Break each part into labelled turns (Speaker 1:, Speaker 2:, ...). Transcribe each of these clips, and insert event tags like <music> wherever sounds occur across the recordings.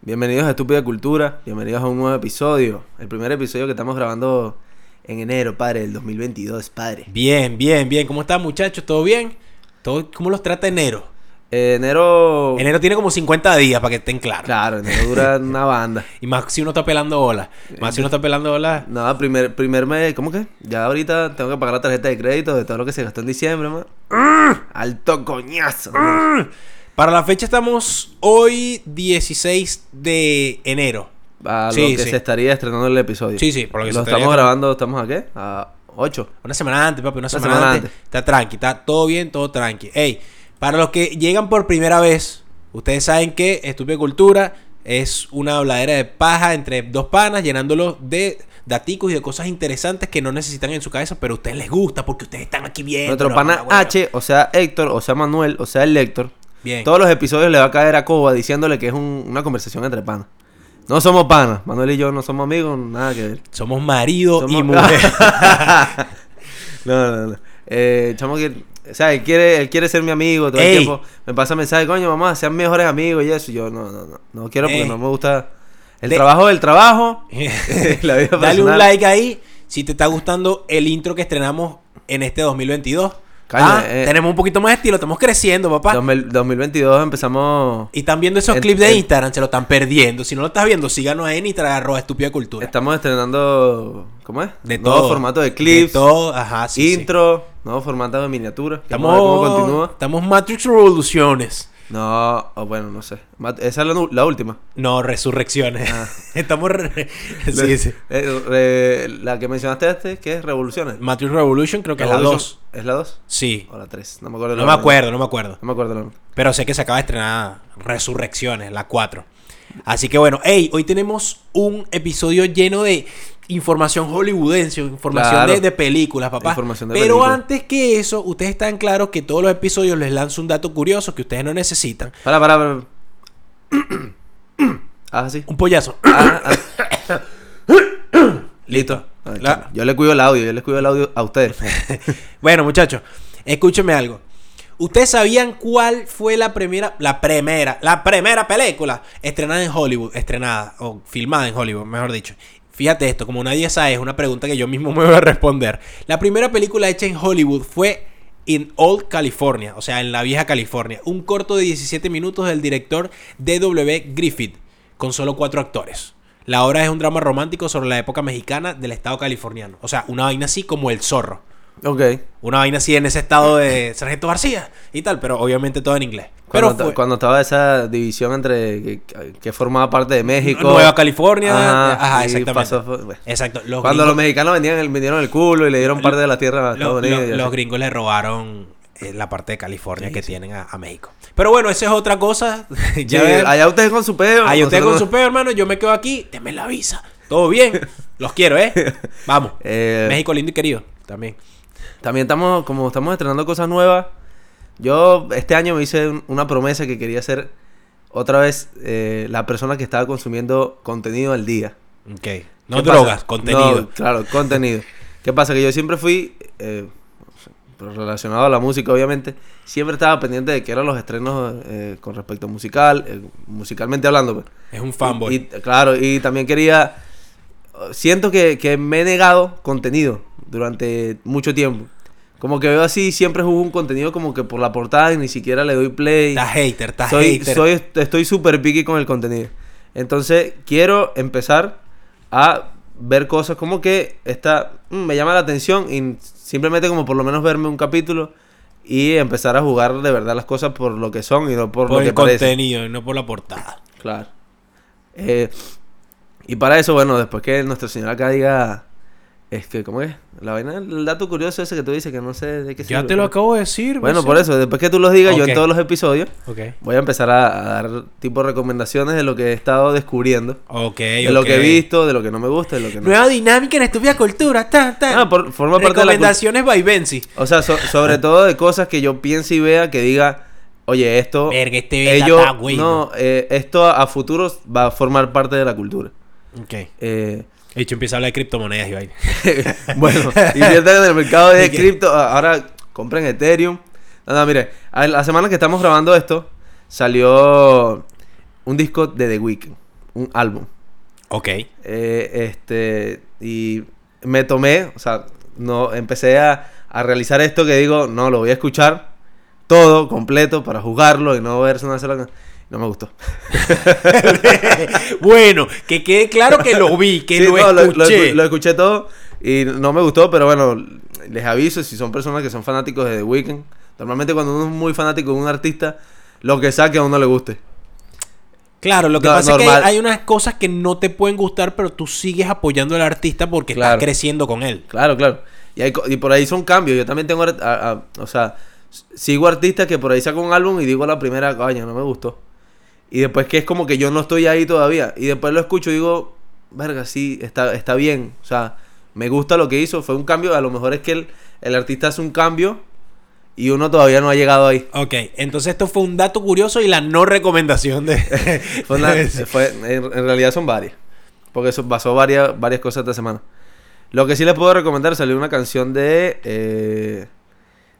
Speaker 1: Bienvenidos a Estúpida Cultura, bienvenidos a un nuevo episodio. El primer episodio que estamos grabando en enero, padre, del 2022, padre.
Speaker 2: Bien, bien, bien. ¿Cómo están, muchachos? ¿Todo bien? ¿Todo, ¿Cómo los trata enero?
Speaker 1: Eh, enero.
Speaker 2: Enero tiene como 50 días, para que estén claros.
Speaker 1: Claro, enero dura una banda.
Speaker 2: Y más si uno está pelando bolas. Más si uno está pelando bolas.
Speaker 1: Nada, primer, primer mes, ¿cómo que? Ya ahorita tengo que pagar la tarjeta de crédito de todo lo que se gastó en diciembre, man. Alto coñazo. man.
Speaker 2: Mm. Para la fecha estamos hoy 16 de enero.
Speaker 1: A lo
Speaker 2: Sí,
Speaker 1: que
Speaker 2: sí.
Speaker 1: se estaría estrenando el episodio.
Speaker 2: Sí, sí, por lo que se estaría
Speaker 1: estamos
Speaker 2: estrenando.
Speaker 1: grabando, ¿estamos a qué? A 8.
Speaker 2: Una semana antes, papi, una semana,
Speaker 1: semana
Speaker 2: antes.
Speaker 1: antes.
Speaker 2: Está tranqui, está todo bien, todo tranqui. Ey, para los que llegan por primera vez, ustedes saben que Estúpida Cultura es una habladera de paja entre dos panas, llenándolos de daticos y de cosas interesantes que no necesitan en su cabeza, pero a ustedes les gusta porque ustedes están aquí viendo.
Speaker 1: Nuestro pana H, o sea Héctor, o sea Manuel, o sea el Héctor.
Speaker 2: Bien.
Speaker 1: Todos los episodios le va a caer a Coba diciéndole que es un- una conversación entre panas. No somos panas. Manuel y yo no somos amigos, nada que ver.
Speaker 2: Somos marido y
Speaker 1: Somos-
Speaker 2: mujer.
Speaker 1: <laughs>
Speaker 2: <laughs>
Speaker 1: no, no, no. Eh, chamo que... O sea, él quiere, él quiere ser mi amigo todo
Speaker 2: Ey.
Speaker 1: el tiempo. Me pasa mensaje, coño, mamá, sean mejores amigos y eso. Y yo, no, no, no. No quiero porque
Speaker 2: Ey.
Speaker 1: no me gusta... El
Speaker 2: De-
Speaker 1: trabajo del trabajo. la vida
Speaker 2: Dale un
Speaker 1: personal.
Speaker 2: like ahí si te está gustando el intro que estrenamos en este 2022.
Speaker 1: Coño,
Speaker 2: Ah,
Speaker 1: eh.
Speaker 2: Tenemos un poquito más de estilo, estamos creciendo, papá.
Speaker 1: 2000- 2022 empezamos...
Speaker 2: Y están viendo esos
Speaker 1: El-
Speaker 2: clips de
Speaker 1: el-
Speaker 2: Instagram, se lo están perdiendo. Si no lo estás viendo, síganos en Instagram, arroba estúpida cultura.
Speaker 1: Estamos estrenando... ¿Cómo es?
Speaker 2: de todo.
Speaker 1: Nuevo formato de clips.
Speaker 2: De todo, ajá, sí, sí.
Speaker 1: intro, nuevo formato de miniatura. que vamos a
Speaker 2: Estamos,
Speaker 1: ver ¿Cómo continúa?
Speaker 2: estamos Matrix Revoluciones.
Speaker 1: No, oh, bueno, no sé. Mat- Esa es la, nu- la última.
Speaker 2: No, resurrecciones.
Speaker 1: Ah.
Speaker 2: <laughs> estamos... re-
Speaker 1: Le-
Speaker 2: <laughs> sí, sí.
Speaker 1: <laughs> eh, re- la que mencionaste antes, que es Revoluciones.
Speaker 2: Matrix Revolution creo que es la
Speaker 1: Revolution-
Speaker 2: 2.
Speaker 1: ¿Es la 2?
Speaker 2: Sí.
Speaker 1: O la 3. No me acuerdo. el
Speaker 2: No me
Speaker 1: orden.
Speaker 2: acuerdo, no me acuerdo.
Speaker 1: No me acuerdo. el orden.
Speaker 2: Pero sé que se acaba de estrenar Resurrecciones, la 4. Así que bueno, hey, hoy tenemos un episodio lleno de información hollywoodense, información
Speaker 1: Claro.
Speaker 2: de, de películas, papá.
Speaker 1: Información de
Speaker 2: Pero
Speaker 1: películas.
Speaker 2: antes que eso, ustedes están claros que todos los episodios les lanzo un dato curioso que ustedes no necesitan.
Speaker 1: Para, para, para. <clears throat> ah, sí.
Speaker 2: Un pollazo.
Speaker 1: Ah, ah.
Speaker 2: Listo.
Speaker 1: Ay,
Speaker 2: La-
Speaker 1: chamo, Yo le cuido el audio, yo le cuido el audio a
Speaker 2: <laughs>
Speaker 1: ustedes.
Speaker 2: Bueno, muchachos, escúchenme algo. ¿Ustedes sabían cuál fue la primera, la primera, la primera película estrenada en Hollywood? Estrenada o filmada en Hollywood, mejor dicho. Fíjate esto, como nadie sabe, es una pregunta que yo mismo me voy a responder. La primera película hecha en Hollywood fue In Old California, o sea, en la vieja California. Un corto de 17 minutos del director D.W. Griffith, con solo cuatro actores. La obra es un drama romántico sobre la época mexicana del estado californiano. O sea, una vaina así como El Zorro.
Speaker 1: ok.
Speaker 2: Una vaina así en ese estado de Sargento García y tal, pero obviamente todo en inglés.
Speaker 1: Cuando,
Speaker 2: Pero
Speaker 1: ta-
Speaker 2: fue
Speaker 1: cuando estaba esa división entre que, que formaba parte de México,
Speaker 2: Nueva California,
Speaker 1: Ajá,
Speaker 2: ajá,
Speaker 1: y
Speaker 2: exactamente.
Speaker 1: pasó- fue- bueno.
Speaker 2: Exacto. Los
Speaker 1: Cuando los
Speaker 2: gringos,
Speaker 1: mexicanos vendían el, vendieron el culo y le dieron parte de la tierra a Estados
Speaker 2: lo-
Speaker 1: Unidos.
Speaker 2: lo-
Speaker 1: y así.
Speaker 2: los gringos le robaron eh, la parte de California que tienen a, a México. Pero bueno, esa es otra cosa. <laughs>
Speaker 1: Sí,
Speaker 2: ya ven.
Speaker 1: allá ustedes con su peo.
Speaker 2: Ahí usted con
Speaker 1: nosotros
Speaker 2: su peo, hermano, yo me quedo aquí, deme la visa.
Speaker 1: <laughs>
Speaker 2: Todo bien. Los quiero, ¿eh? Vamos.
Speaker 1: Eh,
Speaker 2: México lindo y querido también.
Speaker 1: También estamos, como estamos estrenando cosas nuevas, yo este año me hice un- una promesa que quería ser otra vez eh, la persona que estaba consumiendo contenido al día.
Speaker 2: Ok. No
Speaker 1: ¿Qué
Speaker 2: drogas,
Speaker 1: pasa?
Speaker 2: contenido.
Speaker 1: No, claro, contenido. ¿Qué pasa? Que yo siempre fui, eh, pero relacionado a la música, obviamente, siempre estaba pendiente de qué eran los estrenos eh, con respecto a musical, eh, musicalmente hablando. pues.
Speaker 2: Es un fanboy.
Speaker 1: Y, claro, y también quería. Siento que, que me he negado contenido durante mucho tiempo. Como que veo así, siempre hubo un contenido como que por la portada y ni siquiera le doy play.
Speaker 2: Estás hater, estás
Speaker 1: Soy,
Speaker 2: hater.
Speaker 1: soy, estoy súper piqui con el contenido. Entonces, quiero empezar a ver cosas como que esta mm, me llama la atención y simplemente como por lo menos verme un capítulo y empezar a jugar de verdad las cosas por lo que son y no por,
Speaker 2: por,
Speaker 1: lo que
Speaker 2: el
Speaker 1: parecen.
Speaker 2: contenido y no por la portada.
Speaker 1: Claro. Eh, y para eso, bueno, después que nuestra señora acá diga. Es que, ¿cómo es? La vaina, el dato curioso ese que tú dices que no sé de qué
Speaker 2: Ya
Speaker 1: sirve,
Speaker 2: te lo
Speaker 1: ¿no?
Speaker 2: acabo de decir.
Speaker 1: Bueno,
Speaker 2: José.
Speaker 1: por eso, después que tú los digas, yo en
Speaker 2: Ok.
Speaker 1: todos los episodios
Speaker 2: Ok.
Speaker 1: voy a empezar a, a dar tipo recomendaciones de lo que he estado descubriendo,
Speaker 2: Ok,
Speaker 1: de lo
Speaker 2: ok.
Speaker 1: que he visto, de lo que no me gusta, de lo que no.
Speaker 2: Nueva dinámica en Estúpida Cultura. Tan, tan.
Speaker 1: Ah, por- forma parte de la cul-
Speaker 2: Recomendaciones by Benzi.
Speaker 1: O sea, so-
Speaker 2: <laughs>
Speaker 1: sobre todo de cosas que yo piense y vea que diga, oye, esto.
Speaker 2: Verga, este beta
Speaker 1: ello-
Speaker 2: está bueno.
Speaker 1: No, eh, esto a, a futuro va a formar parte de la cultura.
Speaker 2: Ok.
Speaker 1: Eh,
Speaker 2: De hecho, empieza a hablar de criptomonedas y vaina.
Speaker 1: <laughs> bueno, inviertan en el mercado de
Speaker 2: ¿Y qué?
Speaker 1: cripto. a- Ahora compren Ethereum. No, no, mire, a la semana que estamos grabando esto, salió un disco de The Weeknd. un álbum. <laughs>
Speaker 2: Ok.
Speaker 1: Eh, este, y me tomé, o sea, no, empecé a, a realizar esto que digo, no, lo voy a escuchar todo, completo, para juzgarlo y no verse una sola can- No me gustó.
Speaker 2: bueno, que quede claro que lo vi,
Speaker 1: <laughs>
Speaker 2: que
Speaker 1: Sí,
Speaker 2: lo
Speaker 1: no,
Speaker 2: escuché.
Speaker 1: escu- lo escuché todo y no me gustó, pero bueno, les aviso si son personas que son fanáticos de The Weeknd. Normalmente cuando uno es muy fanático de un artista, lo que saque a uno le guste.
Speaker 2: Claro, lo que
Speaker 1: No,
Speaker 2: pasa es
Speaker 1: normal.
Speaker 2: que hay, hay unas cosas que no te pueden gustar, pero tú sigues apoyando al artista porque
Speaker 1: Claro.
Speaker 2: estás creciendo con él.
Speaker 1: Claro, claro. Y, hay co- y por ahí son cambios. Yo también tengo, ar- a- a- o sea, s- sigo artistas que por ahí sacan un álbum y digo la primera, coño, no me gustó. Y después que es como que yo no estoy ahí todavía. Y después lo escucho y digo, verga, sí, está, está bien. O sea, me gusta lo que hizo. Fue un cambio. A lo mejor es que el, el artista hace un cambio y uno todavía no ha llegado ahí.
Speaker 2: Ok, entonces esto fue un dato curioso y la no recomendación de...
Speaker 1: <laughs> Fue una- fue- en, en realidad son varias. Porque eso pasó varias, varias cosas esta semana. Lo que sí les puedo recomendar, salió una canción de. eh,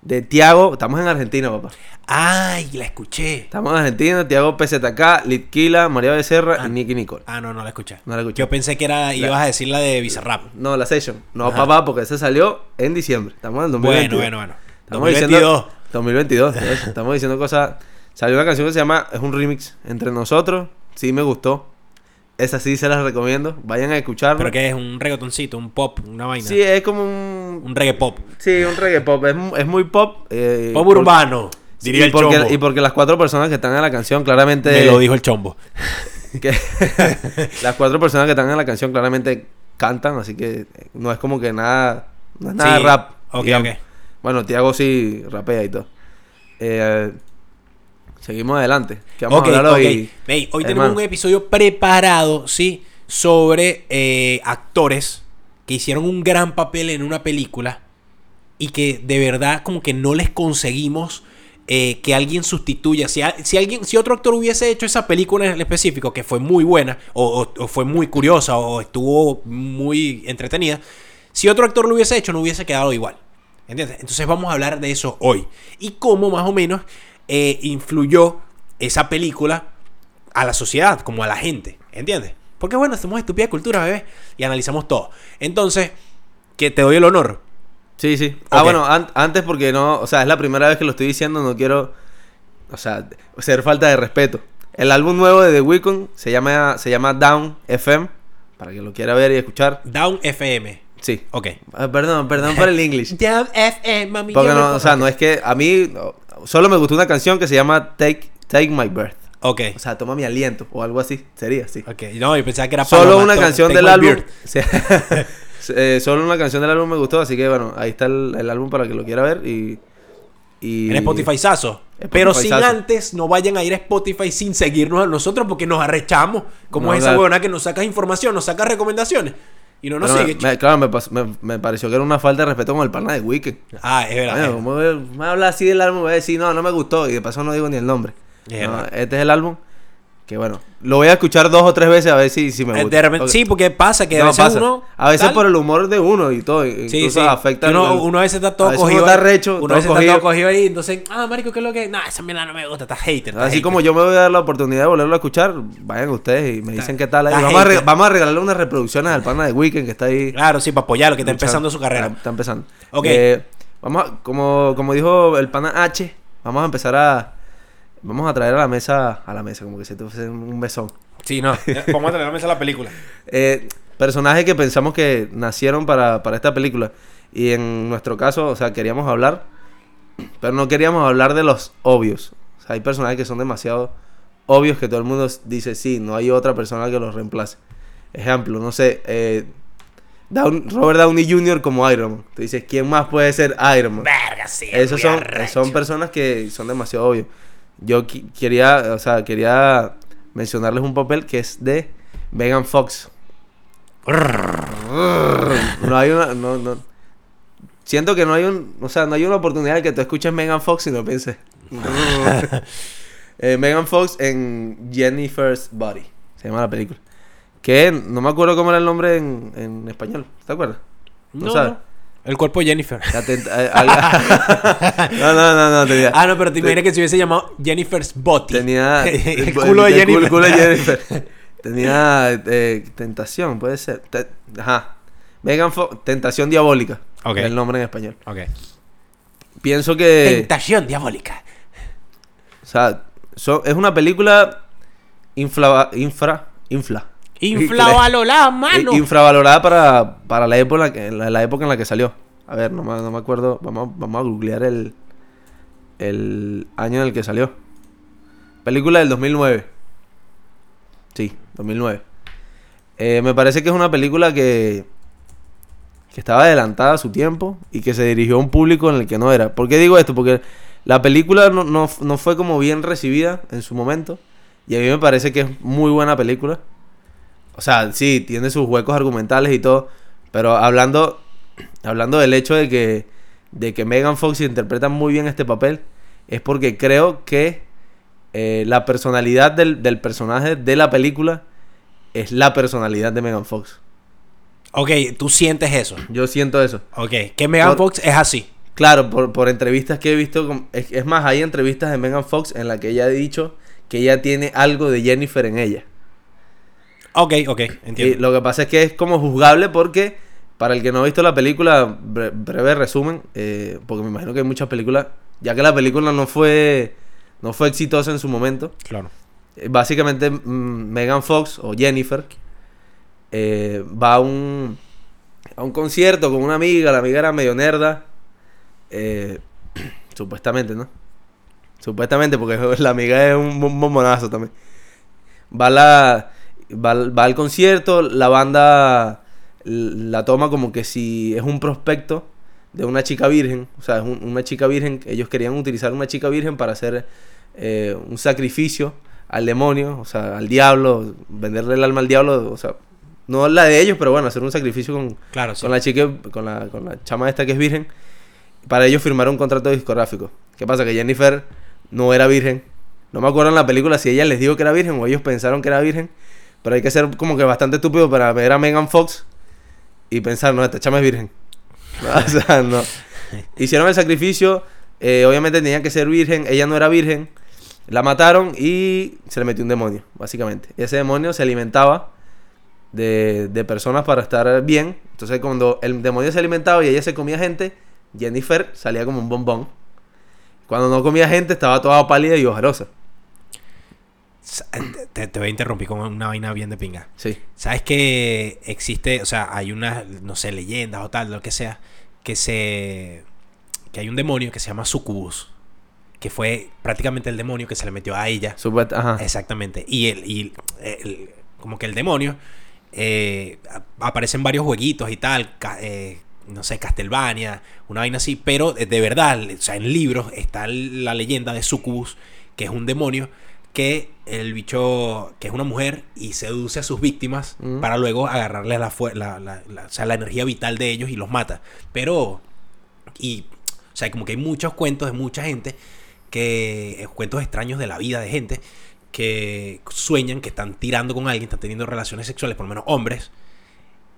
Speaker 1: de Tiago. Estamos en Argentina, papá.
Speaker 2: <laughs> Ay, la escuché.
Speaker 1: Estamos en Argentina, Tiago PZK, Litquila, María Becerra
Speaker 2: Ah.
Speaker 1: y Nicky Nicole.
Speaker 2: Ah, no, no la escuché.
Speaker 1: No la escuché.
Speaker 2: Yo pensé que era, ibas a decir la de Bizarrap.
Speaker 1: No, la session. No,
Speaker 2: Ajá.
Speaker 1: papá, porque esa salió en diciembre. Estamos en el 2022.
Speaker 2: Bueno, bueno, bueno.
Speaker 1: Estamos
Speaker 2: 2022.
Speaker 1: diciendo. 2022. ¿sabes? Estamos diciendo cosas. Salió una canción que se llama. Es un remix entre nosotros. Sí, me gustó. Esa sí se las recomiendo. Vayan a escucharla.
Speaker 2: Pero que es un reggaetoncito, un pop, una vaina.
Speaker 1: Sí, es como un.
Speaker 2: Un reggae pop.
Speaker 1: Sí, un reggae pop. Es, mu- es muy pop. eh,
Speaker 2: Pop
Speaker 1: por-
Speaker 2: urbano,
Speaker 1: Sí,
Speaker 2: diría
Speaker 1: y
Speaker 2: el
Speaker 1: porque,
Speaker 2: chombo.
Speaker 1: y porque las cuatro personas que están en la canción claramente.
Speaker 2: Me lo dijo el chombo.
Speaker 1: que- <laughs> las cuatro personas que están en la canción claramente cantan, así que eh, no es como que nada. No es nada
Speaker 2: Sí,
Speaker 1: rap.
Speaker 2: ok,
Speaker 1: digamos.
Speaker 2: ok.
Speaker 1: Bueno, Tiago sí rapea y todo. Eh, seguimos adelante. que vamos
Speaker 2: Ok,
Speaker 1: a hablar
Speaker 2: ok.
Speaker 1: hoy?
Speaker 2: Ey, hoy tenemos
Speaker 1: Hermano.
Speaker 2: un episodio preparado, ¿sí? Sobre eh, actores que hicieron un gran papel en una película y que de verdad como que no les conseguimos eh, que alguien sustituya. Si, a- si alguien, si otro actor hubiese hecho esa película en específico, que fue muy buena, o, o- o fue muy curiosa, o estuvo muy entretenida, si otro actor lo hubiese hecho, no hubiese quedado igual. ¿Entiendes? Entonces vamos a hablar de eso hoy. Y cómo más o menos eh, influyó esa película a la sociedad, como a la gente, ¿entiendes? Porque bueno, somos estúpida cultura, bebé, y analizamos todo. Entonces, que te doy el honor.
Speaker 1: Sí, sí. Ah,
Speaker 2: Ok.
Speaker 1: bueno, an- antes porque no, o sea, es la primera vez que lo estoy diciendo, no quiero, o sea, ser falta de respeto. El álbum nuevo de The Weeknd se llama, se llama Down FM, para que lo quiera ver y escuchar.
Speaker 2: Down FM.
Speaker 1: Sí.
Speaker 2: Ok.
Speaker 1: Ah, perdón, perdón por el
Speaker 2: <laughs>
Speaker 1: English.
Speaker 2: Down FM, mami.
Speaker 1: Porque
Speaker 2: yo
Speaker 1: no, o sea,
Speaker 2: conozco.
Speaker 1: no es que a mí no, solo me gustó una canción que se llama Take, Take My Breath.
Speaker 2: Ok.
Speaker 1: O sea, toma mi aliento o algo así, sería así.
Speaker 2: Ok. No, yo pensaba que era
Speaker 1: Solo
Speaker 2: Paloma,
Speaker 1: una
Speaker 2: to-
Speaker 1: canción
Speaker 2: tengo
Speaker 1: del
Speaker 2: el
Speaker 1: álbum.
Speaker 2: beard.
Speaker 1: Sí.
Speaker 2: <laughs>
Speaker 1: <laughs> Eh, solo una canción del álbum me gustó, así que bueno, ahí está el, el álbum para que lo quiera ver y. y...
Speaker 2: En Spotify
Speaker 1: Spotify
Speaker 2: Pero sin
Speaker 1: Sazo.
Speaker 2: antes, no vayan a ir a Spotify sin seguirnos a nosotros porque nos arrechamos. Como
Speaker 1: No,
Speaker 2: es esa
Speaker 1: claro.
Speaker 2: huevona que nos saca información, nos saca recomendaciones y no nos
Speaker 1: Pero
Speaker 2: sigue.
Speaker 1: me- me- claro, me, pas- me- me pareció que era una falta de respeto con el pana de Weekend.
Speaker 2: Ah, es verdad.
Speaker 1: Bueno, ¿cómo me, me habla así del álbum? Voy a decir, no, no me gustó y de paso no digo ni el nombre.
Speaker 2: Es
Speaker 1: No,
Speaker 2: verdad.
Speaker 1: este es el álbum que bueno, lo voy a escuchar dos o tres veces a ver si, si me
Speaker 2: Eh,
Speaker 1: gusta.
Speaker 2: de repente-
Speaker 1: Ok.
Speaker 2: Sí, porque pasa que a
Speaker 1: No,
Speaker 2: veces
Speaker 1: pasa.
Speaker 2: uno.
Speaker 1: a veces
Speaker 2: tal,
Speaker 1: por el humor de uno y todo.
Speaker 2: Sí,
Speaker 1: incluso
Speaker 2: sí.
Speaker 1: afecta
Speaker 2: uno,
Speaker 1: el-
Speaker 2: uno a veces está todo
Speaker 1: a veces uno
Speaker 2: cogido.
Speaker 1: está recho,
Speaker 2: uno
Speaker 1: todo
Speaker 2: a veces
Speaker 1: cogido.
Speaker 2: está todo cogido ahí. Entonces, ah, Marico, ¿qué es lo que? No, esa mierda no me gusta, está hater. está
Speaker 1: Así
Speaker 2: hater.
Speaker 1: como yo me voy a dar la oportunidad de volverlo a escuchar, vayan ustedes y me dicen qué tal. ahí.
Speaker 2: está
Speaker 1: Vamos, a re-
Speaker 2: hater.
Speaker 1: vamos a regalarle unas reproducciones al pana de Weekend que está ahí.
Speaker 2: Claro, sí, para apoyarlo, Ah, que está
Speaker 1: luchando.
Speaker 2: empezando su
Speaker 1: Está,
Speaker 2: carrera.
Speaker 1: está empezando.
Speaker 2: Ok.
Speaker 1: Eh, vamos a- como, como dijo el pana H, vamos a empezar a. Vamos a traer a la mesa, a la mesa, como que si esto fuese un besón. <laughs>
Speaker 2: Sí, no. Vamos a tener la mesa la película.
Speaker 1: Eh, personajes que pensamos que nacieron para, para esta película. Y en nuestro caso, o sea, queríamos hablar, pero no queríamos hablar de los obvios. O sea, hay personajes que son demasiado obvios que todo el mundo dice, sí, no hay otra persona que los reemplace. Ejemplo, no sé, eh, Down- Robert Downey Jr. como Iron Man. Tú dices, ¿quién más puede ser Iron Man?
Speaker 2: Verga, sí.
Speaker 1: Esos
Speaker 2: muy
Speaker 1: son, eh,
Speaker 2: arrecho.
Speaker 1: son personas que son demasiado obvios. Yo qui- quería, o sea, quería mencionarles un papel que es de Megan Fox. No hay una, no, no. Siento que no hay un, o sea, no hay una oportunidad de que tú escuches Megan Fox y no
Speaker 2: <laughs>
Speaker 1: pienses. eh, Megan Fox en Jennifer's Body, se llama la película. Que no me acuerdo cómo era el nombre en, en español, ¿te acuerdas?
Speaker 2: No,
Speaker 1: No sabe.
Speaker 2: no. El cuerpo de Jennifer.
Speaker 1: La tenta- eh,
Speaker 2: <laughs>
Speaker 1: al- no, no, no, no, tenía.
Speaker 2: Ah, no, pero te imaginas que se hubiese llamado Jennifer's Body.
Speaker 1: Tenía
Speaker 2: <laughs> el culo de
Speaker 1: el
Speaker 2: <laughs> Jennifer.
Speaker 1: culo de Jennifer. Tenía eh, Tentación, puede ser. Te- Ajá. Megan Fox, Tentación Diabólica.
Speaker 2: Ok.
Speaker 1: Es el nombre en español.
Speaker 2: Ok.
Speaker 1: Pienso que.
Speaker 2: Tentación diabólica.
Speaker 1: O sea, so- es una película infla, infra, infla.
Speaker 2: Inflabalolá, mano.
Speaker 1: I- Eh, Infravalorada para, para la, época, en la que- en la, la época en la que salió. A ver, no, me- no me acuerdo. Vamos, a- vamos a googlear el, el año en el que salió. Película del 2009. Sí, 2009. Eh, me parece que es una película que, que estaba adelantada a su tiempo y que se dirigió a un público en el que no era. ¿Por qué digo esto? Porque la película no, no- no fue como bien recibida en su momento. Y a mí me parece que es muy buena película. O sea, sí, tiene sus huecos argumentales y todo. Pero hablando, hablando del hecho de que, de que Megan Fox interpreta muy bien este papel, es porque creo que eh, la personalidad del, del personaje de la película es la personalidad de Megan Fox.
Speaker 2: Ok, tú sientes eso.
Speaker 1: Yo siento eso.
Speaker 2: Ok, que Megan
Speaker 1: Por-
Speaker 2: Fox es así.
Speaker 1: Claro, por, por entrevistas que he visto, con- es, es más, hay entrevistas de Megan Fox en la que ella ha dicho que ella tiene algo de Jennifer en ella.
Speaker 2: Ok, ok,
Speaker 1: Y
Speaker 2: entiendo.
Speaker 1: lo que pasa es que es como juzgable porque, para el que no ha visto la película, bre- breve resumen, eh, porque me imagino que hay muchas películas, ya que la película no fue, no fue exitosa en su momento,
Speaker 2: Claro.
Speaker 1: eh, básicamente mm, Megan Fox o Jennifer eh, va a un, a un concierto con una amiga, la amiga era medio nerda, eh, <clears throat> supuestamente, ¿no? Supuestamente, porque <laughs> la amiga es un bom- bombonazo también. Va, la, va, al- va al concierto, la banda l- la toma como que si es un prospecto de una chica virgen. O sea, es un- una chica virgen. Ellos querían utilizar una chica virgen para hacer eh, un sacrificio al demonio, o sea, al diablo, venderle el alma al diablo. O sea, no la de ellos, pero bueno, hacer un sacrificio con,
Speaker 2: Claro, sí.
Speaker 1: con la chica, con la, con la chama esta que es virgen, para ellos firmar un contrato discográfico. ¿Qué pasa? Que Jennifer no era virgen. No me acuerdo en la película si ella les dijo que era virgen o ellos pensaron que era virgen. Pero hay que ser como que bastante estúpido para ver a Megan Fox y pensar, no, esta chama es virgen. <laughs> O sea, no. Hicieron el sacrificio, eh, obviamente tenía que ser virgen, ella no era virgen. La mataron y se le metió un demonio, básicamente. Y ese demonio se alimentaba de, de personas para estar bien. Entonces, cuando el demonio se alimentaba y ella se comía gente, Jennifer salía como un bombón. Cuando no comía gente, estaba toda pálida y ojarosa.
Speaker 2: Sa- eh, Te, te voy a interrumpir con una vaina bien de pinga.
Speaker 1: Sí.
Speaker 2: ¿Sabes que existe, o sea, hay unas, no sé, leyendas o tal, lo que sea, que se... que hay un demonio que se llama Sucubus, que fue prácticamente el demonio que se le metió a ella.
Speaker 1: Supuest- Ajá.
Speaker 2: Exactamente. Y el, y el- como que el demonio eh, a- aparecen varios jueguitos y tal, ca- eh, no sé, Castlevania, una vaina así, pero eh, de verdad, o sea, en libros está l- la leyenda de Succubus, que es un demonio que el bicho, que es una mujer y seduce a sus víctimas
Speaker 1: Mm.
Speaker 2: para luego agarrarles la, fue- la, la- la- o sea, la energía vital de ellos y los mata. Pero, y, o sea, como que hay muchos cuentos de mucha gente que eh, cuentos extraños de la vida de gente que sueñan que están tirando con alguien, están teniendo relaciones sexuales, por lo menos hombres,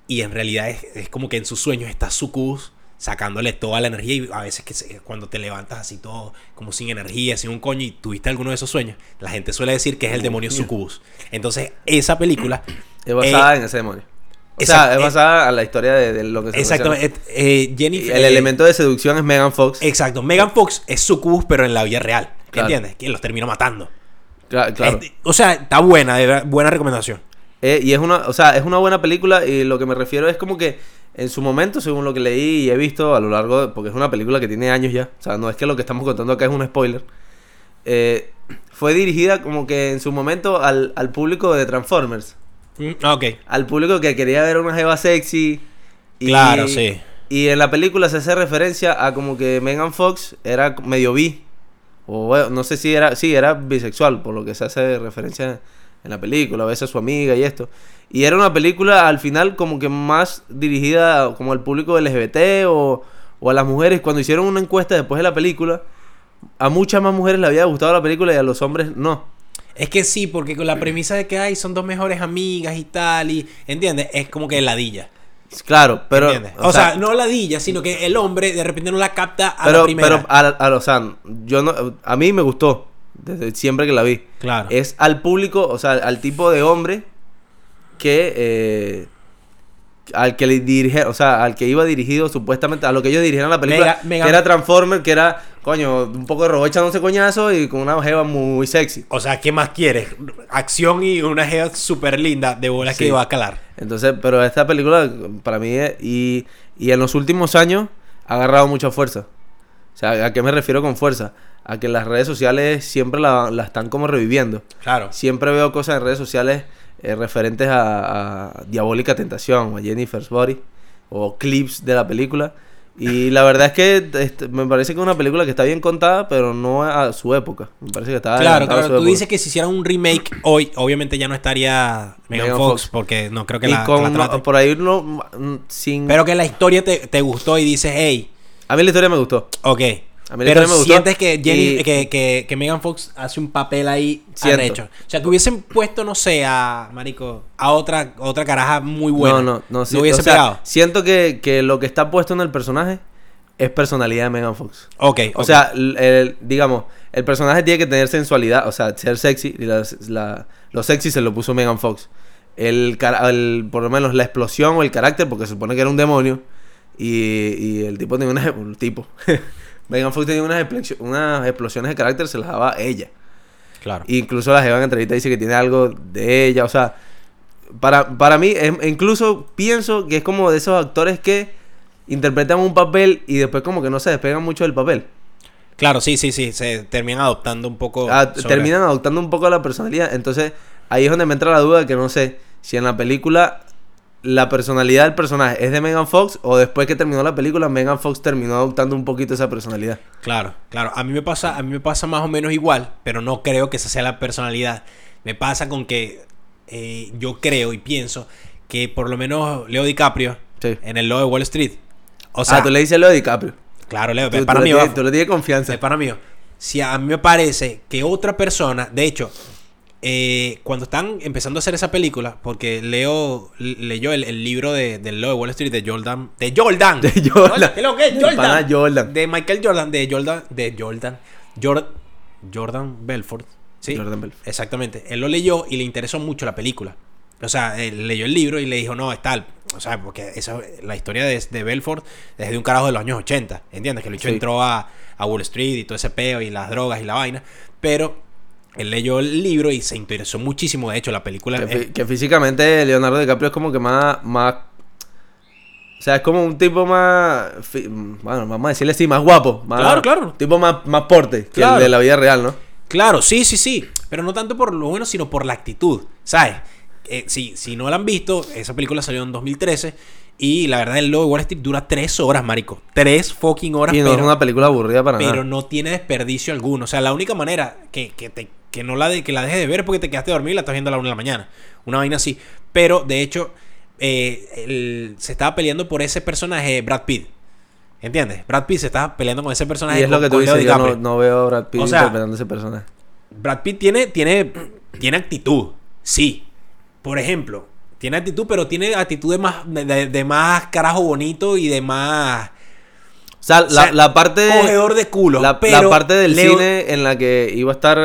Speaker 2: y en realidad es, es como que en sus sueños está Sucubus sacándole toda la energía y a veces que se- cuando te levantas así todo como sin energía, sin un coño y tuviste alguno de esos sueños, la gente suele decir que es el demonio Sucubus. Entonces, esa película
Speaker 1: Es basada
Speaker 2: eh,
Speaker 1: en ese demonio. O
Speaker 2: exact-
Speaker 1: sea, es
Speaker 2: eh,
Speaker 1: basada en la historia de, de lo que se menciona.
Speaker 2: exactamente eh,
Speaker 1: Y
Speaker 2: Jennifer
Speaker 1: El
Speaker 2: eh,
Speaker 1: elemento de seducción es Megan Fox.
Speaker 2: Exacto, Megan Fox es Sucubus pero en la vida real,
Speaker 1: Claro.
Speaker 2: ¿entiendes? Que los terminó matando.
Speaker 1: Cla- claro.
Speaker 2: Es- Este, o sea, está buena, de verdad, buena recomendación.
Speaker 1: Eh, y es una, o sea, es una buena película y lo que me refiero es como que en su momento, según lo que leí y he visto a lo largo, de- porque es una película que tiene años ya, o sea, no es que lo que estamos contando acá es un spoiler, eh, fue dirigida como que en su momento al, al público de Transformers,
Speaker 2: Mm, ah, ok.
Speaker 1: al público que quería ver una jeva sexy. y-
Speaker 2: Claro, sí.
Speaker 1: Y en la película se hace referencia a como que Megan Fox era medio bi, o bueno, no sé si era, sí, era bisexual, por lo que se hace referencia en la película, a veces a su amiga y esto. Y era una película al final como que más dirigida como al público LGBT o, o a las mujeres. Cuando hicieron una encuesta después de la película, a muchas más mujeres le había gustado la película y a los hombres no.
Speaker 2: Es que sí, porque con la premisa de que hay son dos mejores amigas y tal, y ¿entiendes? Es como que ladilla.
Speaker 1: Claro, pero...
Speaker 2: ¿entiendes? O, sea, no ladilla, sino que el hombre de repente no la capta a
Speaker 1: pero,
Speaker 2: la primera.
Speaker 1: pero ah, a, a los San, yo no, a mí me gustó desde siempre que la vi.
Speaker 2: claro.
Speaker 1: Es al público, o sea, al tipo de hombre que eh, al que le dirige, o sea, al que iba dirigido supuestamente, a lo que ellos dirigieron la película,
Speaker 2: Mega- Mega-
Speaker 1: que era Transformer, que era, coño, un poco de robot echándose coñazo y con una jeva muy sexy.
Speaker 2: O sea, ¿qué más quieres? Acción y una geo súper linda de bolas
Speaker 1: Sí.
Speaker 2: que va a calar.
Speaker 1: Entonces, pero esta película para mí es- y, y en los últimos años ha agarrado mucha fuerza. O sea, ¿a qué me refiero con fuerza? A que las redes sociales siempre la, la están como reviviendo.
Speaker 2: Claro.
Speaker 1: Siempre veo cosas en redes sociales eh, referentes a, a Diabólica Tentación o a Jennifer's Body o clips de la película.
Speaker 2: <laughs>
Speaker 1: Y la verdad es que este, me parece que es una película que está bien contada, pero no a su época. Me parece que está
Speaker 2: Claro,
Speaker 1: adelantada a
Speaker 2: claro.
Speaker 1: su
Speaker 2: Tú
Speaker 1: época.
Speaker 2: dices que si hicieran un remake hoy, obviamente ya no estaría Megan
Speaker 1: Megan
Speaker 2: Fox,
Speaker 1: Fox.
Speaker 2: porque no creo que
Speaker 1: Y
Speaker 2: la, que
Speaker 1: con
Speaker 2: la
Speaker 1: ma-
Speaker 2: traten.
Speaker 1: por ahí no mm, sin
Speaker 2: Pero que la historia te, te gustó y dices, hey,
Speaker 1: A mí la historia me gustó.
Speaker 2: ok.
Speaker 1: A mí la
Speaker 2: Pero
Speaker 1: historia me gustó
Speaker 2: sientes que, Jenny,
Speaker 1: y-
Speaker 2: que, que, que Megan Fox hace un papel ahí
Speaker 1: Siento.
Speaker 2: arrecho. O sea, que hubiesen puesto, no sé, a Marico, a otra, otra caraja muy
Speaker 1: no,
Speaker 2: buena.
Speaker 1: no, no. sí,
Speaker 2: hubiese
Speaker 1: o sea,
Speaker 2: pegado.
Speaker 1: Siento que, que lo que está puesto en el personaje es personalidad de Megan Fox.
Speaker 2: Ok,
Speaker 1: O
Speaker 2: ok.
Speaker 1: sea, l- el- digamos, el personaje tiene que tener sensualidad, o sea, ser sexy. Y la- la- lo sexy se lo puso Megan Fox. El, cara- el- por lo menos la explosión o el carácter, porque se supone que era un demonio. Y, y el tipo tenía unas. El tipo. <laughs> Megan Fox tenía unas, explexio- unas explosiones de carácter, se las daba ella.
Speaker 2: claro.
Speaker 1: Incluso la Jeva en entrevista dice que tiene algo de ella. O sea, para, para mí, em- incluso pienso que es como de esos actores que interpretan un papel y después como que no se despegan mucho del papel.
Speaker 2: Claro, sí, sí, sí. Se terminan adoptando un poco.
Speaker 1: Ah,
Speaker 2: sobre-
Speaker 1: Terminan adoptando un poco la personalidad. Entonces, ahí es donde me entra la duda de que no sé si en la película la personalidad del personaje es de Megan Fox o después que terminó la película, Megan Fox terminó adoptando un poquito esa personalidad.
Speaker 2: Claro, claro. A mí me pasa, a mí me pasa más o menos igual, pero no creo que esa sea la personalidad. Me pasa con que eh, yo creo y pienso que por lo menos Leo DiCaprio
Speaker 1: Sí.
Speaker 2: en el Lobo de Wall Street. O
Speaker 1: O
Speaker 2: sea,
Speaker 1: sea, Ah, tú le dices lo de DiCaprio.
Speaker 2: claro, Leo,
Speaker 1: Tú,
Speaker 2: para
Speaker 1: tú
Speaker 2: mí
Speaker 1: le
Speaker 2: va-
Speaker 1: tienes, tú le tienes confianza.
Speaker 2: es para mí. Si a mí me parece que otra persona, de hecho, eh, cuando están empezando a hacer esa película, porque Leo l- leyó el, el libro de, del Lobo de Wall Street de Jordan. De Jordan.
Speaker 1: De Jordan.
Speaker 2: ¿No? ¿Qué lo que es?
Speaker 1: El
Speaker 2: Jordan.
Speaker 1: pana Jordan.
Speaker 2: De Michael Jordan. De Jordan. De Jordan. Jor- Jordan Belfort. Sí.
Speaker 1: Jordan Belfort.
Speaker 2: Exactamente. Él lo leyó y le interesó mucho la película. O sea, él leyó el libro y le dijo, no, es tal. O sea, porque esa, la historia de, de Belfort es de un carajo de los años 80. ¿Entiendes? Que el bicho
Speaker 1: Sí.
Speaker 2: entró a, a Wall Street y todo ese peo y las drogas y la vaina. Pero él leyó el libro y se interesó muchísimo. De hecho, la película... Eh,
Speaker 1: Que,
Speaker 2: es-
Speaker 1: fí- que físicamente Leonardo DiCaprio es como que más, más... O sea, es como un tipo más... fi- Bueno, vamos a decirle así, más guapo. Más,
Speaker 2: Claro, claro.
Speaker 1: Tipo más, más porte que
Speaker 2: Claro.
Speaker 1: el de la vida real, ¿no?
Speaker 2: Claro, sí, sí, sí. Pero no tanto por lo bueno, sino por la actitud. ¿Sabes? Eh, si, si no la han visto, esa película salió en 2013. Y la verdad, el Lobo de Wall Street dura tres horas, marico. Tres fucking horas.
Speaker 1: Y no
Speaker 2: pero-
Speaker 1: es una película aburrida para
Speaker 2: pero
Speaker 1: nada.
Speaker 2: no tiene desperdicio alguno. O sea, la única manera que, que te- que no la, de, que la dejes de ver es porque te quedaste dormido y la estás viendo a la una de la mañana. Una vaina así. Pero, de hecho, eh, el- se estaba peleando por ese personaje Brad Pitt. ¿Entiendes? Brad Pitt se estaba peleando con ese personaje.
Speaker 1: Y es lo
Speaker 2: con-
Speaker 1: que tú
Speaker 2: con Leo
Speaker 1: dices, yo no,
Speaker 2: DiCaprio.
Speaker 1: no veo a Brad Pitt
Speaker 2: O sea,
Speaker 1: interpretando a ese personaje.
Speaker 2: Brad Pitt tiene, tiene, tiene actitud, sí. Por ejemplo, tiene actitud, pero tiene actitud de más, de, de- de más carajo bonito y de más
Speaker 1: O sea, la,
Speaker 2: o sea,
Speaker 1: la parte...
Speaker 2: cogedor de culo.
Speaker 1: Eh, la,
Speaker 2: pero
Speaker 1: la parte del
Speaker 2: Leo-
Speaker 1: cine en la que iba a estar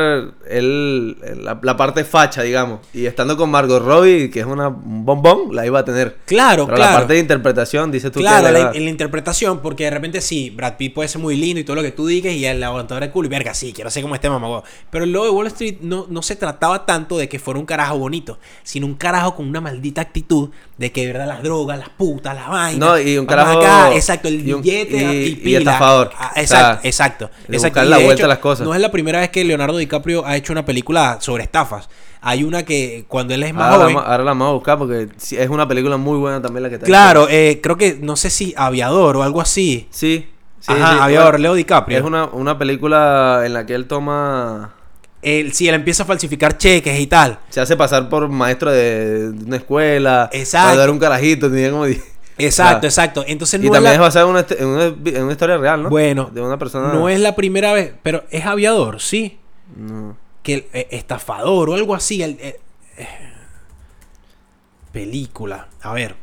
Speaker 1: él, en la, la parte facha, digamos. Y estando con Margot Robbie, que es una un bombón, la iba a tener.
Speaker 2: Claro,
Speaker 1: Pero
Speaker 2: claro.
Speaker 1: la parte de interpretación, dices tú que
Speaker 2: Claro,
Speaker 1: la
Speaker 2: la,
Speaker 1: iba-
Speaker 2: en la interpretación, porque de repente sí, Brad Pitt puede ser muy lindo y todo lo que tú digas y el aguantador de culo y verga, sí, quiero ser como este mamagüey. Pero el lobo de Wall Street no, no se trataba tanto de que fuera un carajo bonito, sino un carajo con una maldita actitud de que de verdad las drogas, las putas, las vainas.
Speaker 1: No, y un
Speaker 2: vamos
Speaker 1: carajo-
Speaker 2: acá, exacto, el
Speaker 1: y un-
Speaker 2: billete
Speaker 1: y-
Speaker 2: y,
Speaker 1: y
Speaker 2: pila.
Speaker 1: estafador.
Speaker 2: Ah,
Speaker 1: O
Speaker 2: exacto,
Speaker 1: sea,
Speaker 2: exacto.
Speaker 1: le
Speaker 2: exacto.
Speaker 1: buscan
Speaker 2: Y
Speaker 1: la
Speaker 2: de
Speaker 1: vuelta a las cosas.
Speaker 2: No es la primera vez que Leonardo DiCaprio ha hecho una película sobre estafas. Hay una que cuando él es más
Speaker 1: ahora, Ah, la,
Speaker 2: joven.
Speaker 1: ma- ahora la vamos a buscar porque sí, es una película muy buena también la que está.
Speaker 2: Claro, eh, creo que no sé si Aviador o algo así.
Speaker 1: Sí. sí
Speaker 2: Ajá,
Speaker 1: sí,
Speaker 2: Aviador,
Speaker 1: bueno,
Speaker 2: Leo DiCaprio.
Speaker 1: Es una, una película en la que él toma.
Speaker 2: Él, sí, él empieza a falsificar cheques y tal.
Speaker 1: Se hace pasar por maestro de una escuela.
Speaker 2: Exacto.
Speaker 1: Cuando era un carajito, tenía como. die-
Speaker 2: Exacto,
Speaker 1: Claro.
Speaker 2: exacto. Entonces
Speaker 1: Y
Speaker 2: <laughs> no es,
Speaker 1: también
Speaker 2: la,
Speaker 1: es basada en una, est- en, una, en una historia real, ¿no?
Speaker 2: Bueno,
Speaker 1: De una persona.
Speaker 2: no es la primera vez, pero es aviador, sí.
Speaker 1: No.
Speaker 2: Que el- eh, estafador o algo así. el- eh, eh. película. A ver.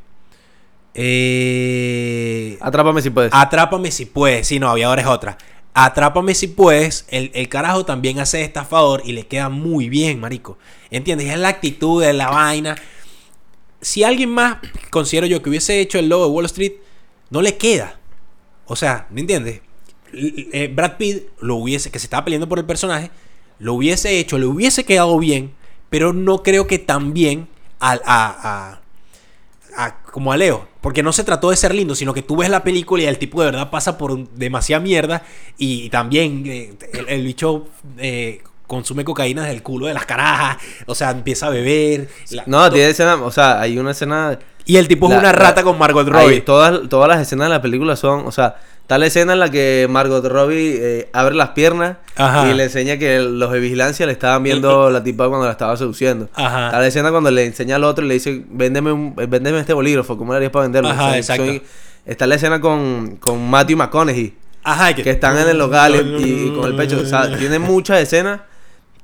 Speaker 2: Eh,
Speaker 1: Atrápame si puedes.
Speaker 2: Atrápame si puedes. Sí, no, aviador es otra. Atrápame si puedes. El, el carajo también hace de estafador y le queda muy bien, marico. ¿Entiendes? Es la actitud de la vaina. si alguien más, considero yo, que hubiese hecho el logo de Wall Street, no le queda. O sea, ¿me entiendes? L- eh, Brad Pitt lo hubiese, que se estaba peleando por el personaje, lo hubiese hecho, le hubiese quedado bien, pero no creo que tan bien al- a, a- a- como a Leo. Porque no se trató de ser lindo, sino que tú ves la película y el tipo de verdad pasa por un- demasiada mierda y, también eh, el, el bicho eh, consume cocaína desde el culo de las carajas, o sea, empieza a beber. la-
Speaker 1: No,
Speaker 2: to-
Speaker 1: tiene escena, o sea, hay una escena
Speaker 2: y el tipo
Speaker 1: La-
Speaker 2: es una
Speaker 1: la-
Speaker 2: rata con Margot
Speaker 1: Ahí,
Speaker 2: Robbie.
Speaker 1: todas, todas las escenas de la película son, o sea, tal escena en la que Margot Robbie eh, abre las piernas
Speaker 2: Ajá.
Speaker 1: y le enseña que el- los de vigilancia le estaban viendo la tipa cuando la estaba seduciendo.
Speaker 2: Ajá.
Speaker 1: Tal escena cuando le enseña al otro y le dice, véndeme, un, eh, véndeme este bolígrafo, ¿cómo le harías para venderlo?
Speaker 2: Ajá, exacto.
Speaker 1: está la escena con, con Matthew McConaughey,
Speaker 2: Ajá,
Speaker 1: que están en el local y, y con el pecho. O
Speaker 2: <laughs>
Speaker 1: sea, tiene muchas escenas